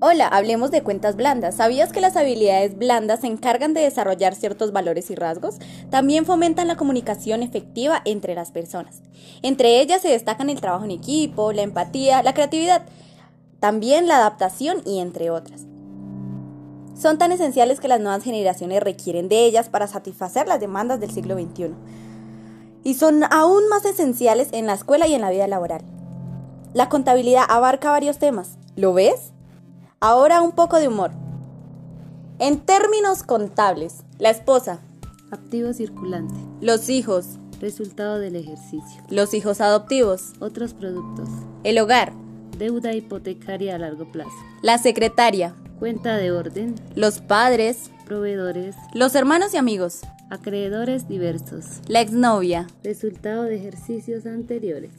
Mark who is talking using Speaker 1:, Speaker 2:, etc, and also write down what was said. Speaker 1: Hola, hablemos de cuentas blandas. ¿Sabías que las habilidades blandas se encargan de desarrollar ciertos valores y rasgos? También fomentan la comunicación efectiva entre las personas. Entre ellas se destacan el trabajo en equipo, la empatía, la creatividad, también la adaptación y entre otras. Son tan esenciales que las nuevas generaciones requieren de ellas para satisfacer las demandas del siglo XXI. Y son aún más esenciales en la escuela y en la vida laboral. La contabilidad abarca varios temas. ¿Lo ves? Ahora un poco de humor. En términos contables, la esposa,
Speaker 2: Activo circulante.
Speaker 1: los hijos,
Speaker 2: Resultado del ejercicio.
Speaker 1: los hijos adoptivos,
Speaker 2: Otros productos.
Speaker 1: el hogar,
Speaker 2: Deuda hipotecaria a largo plazo.
Speaker 1: la secretaria,
Speaker 2: Cuenta de orden.
Speaker 1: los padres,
Speaker 2: Proveedores.
Speaker 1: los hermanos y amigos,
Speaker 2: Acreedores diversos.
Speaker 1: la exnovia.
Speaker 2: Resultado de ejercicios anteriores.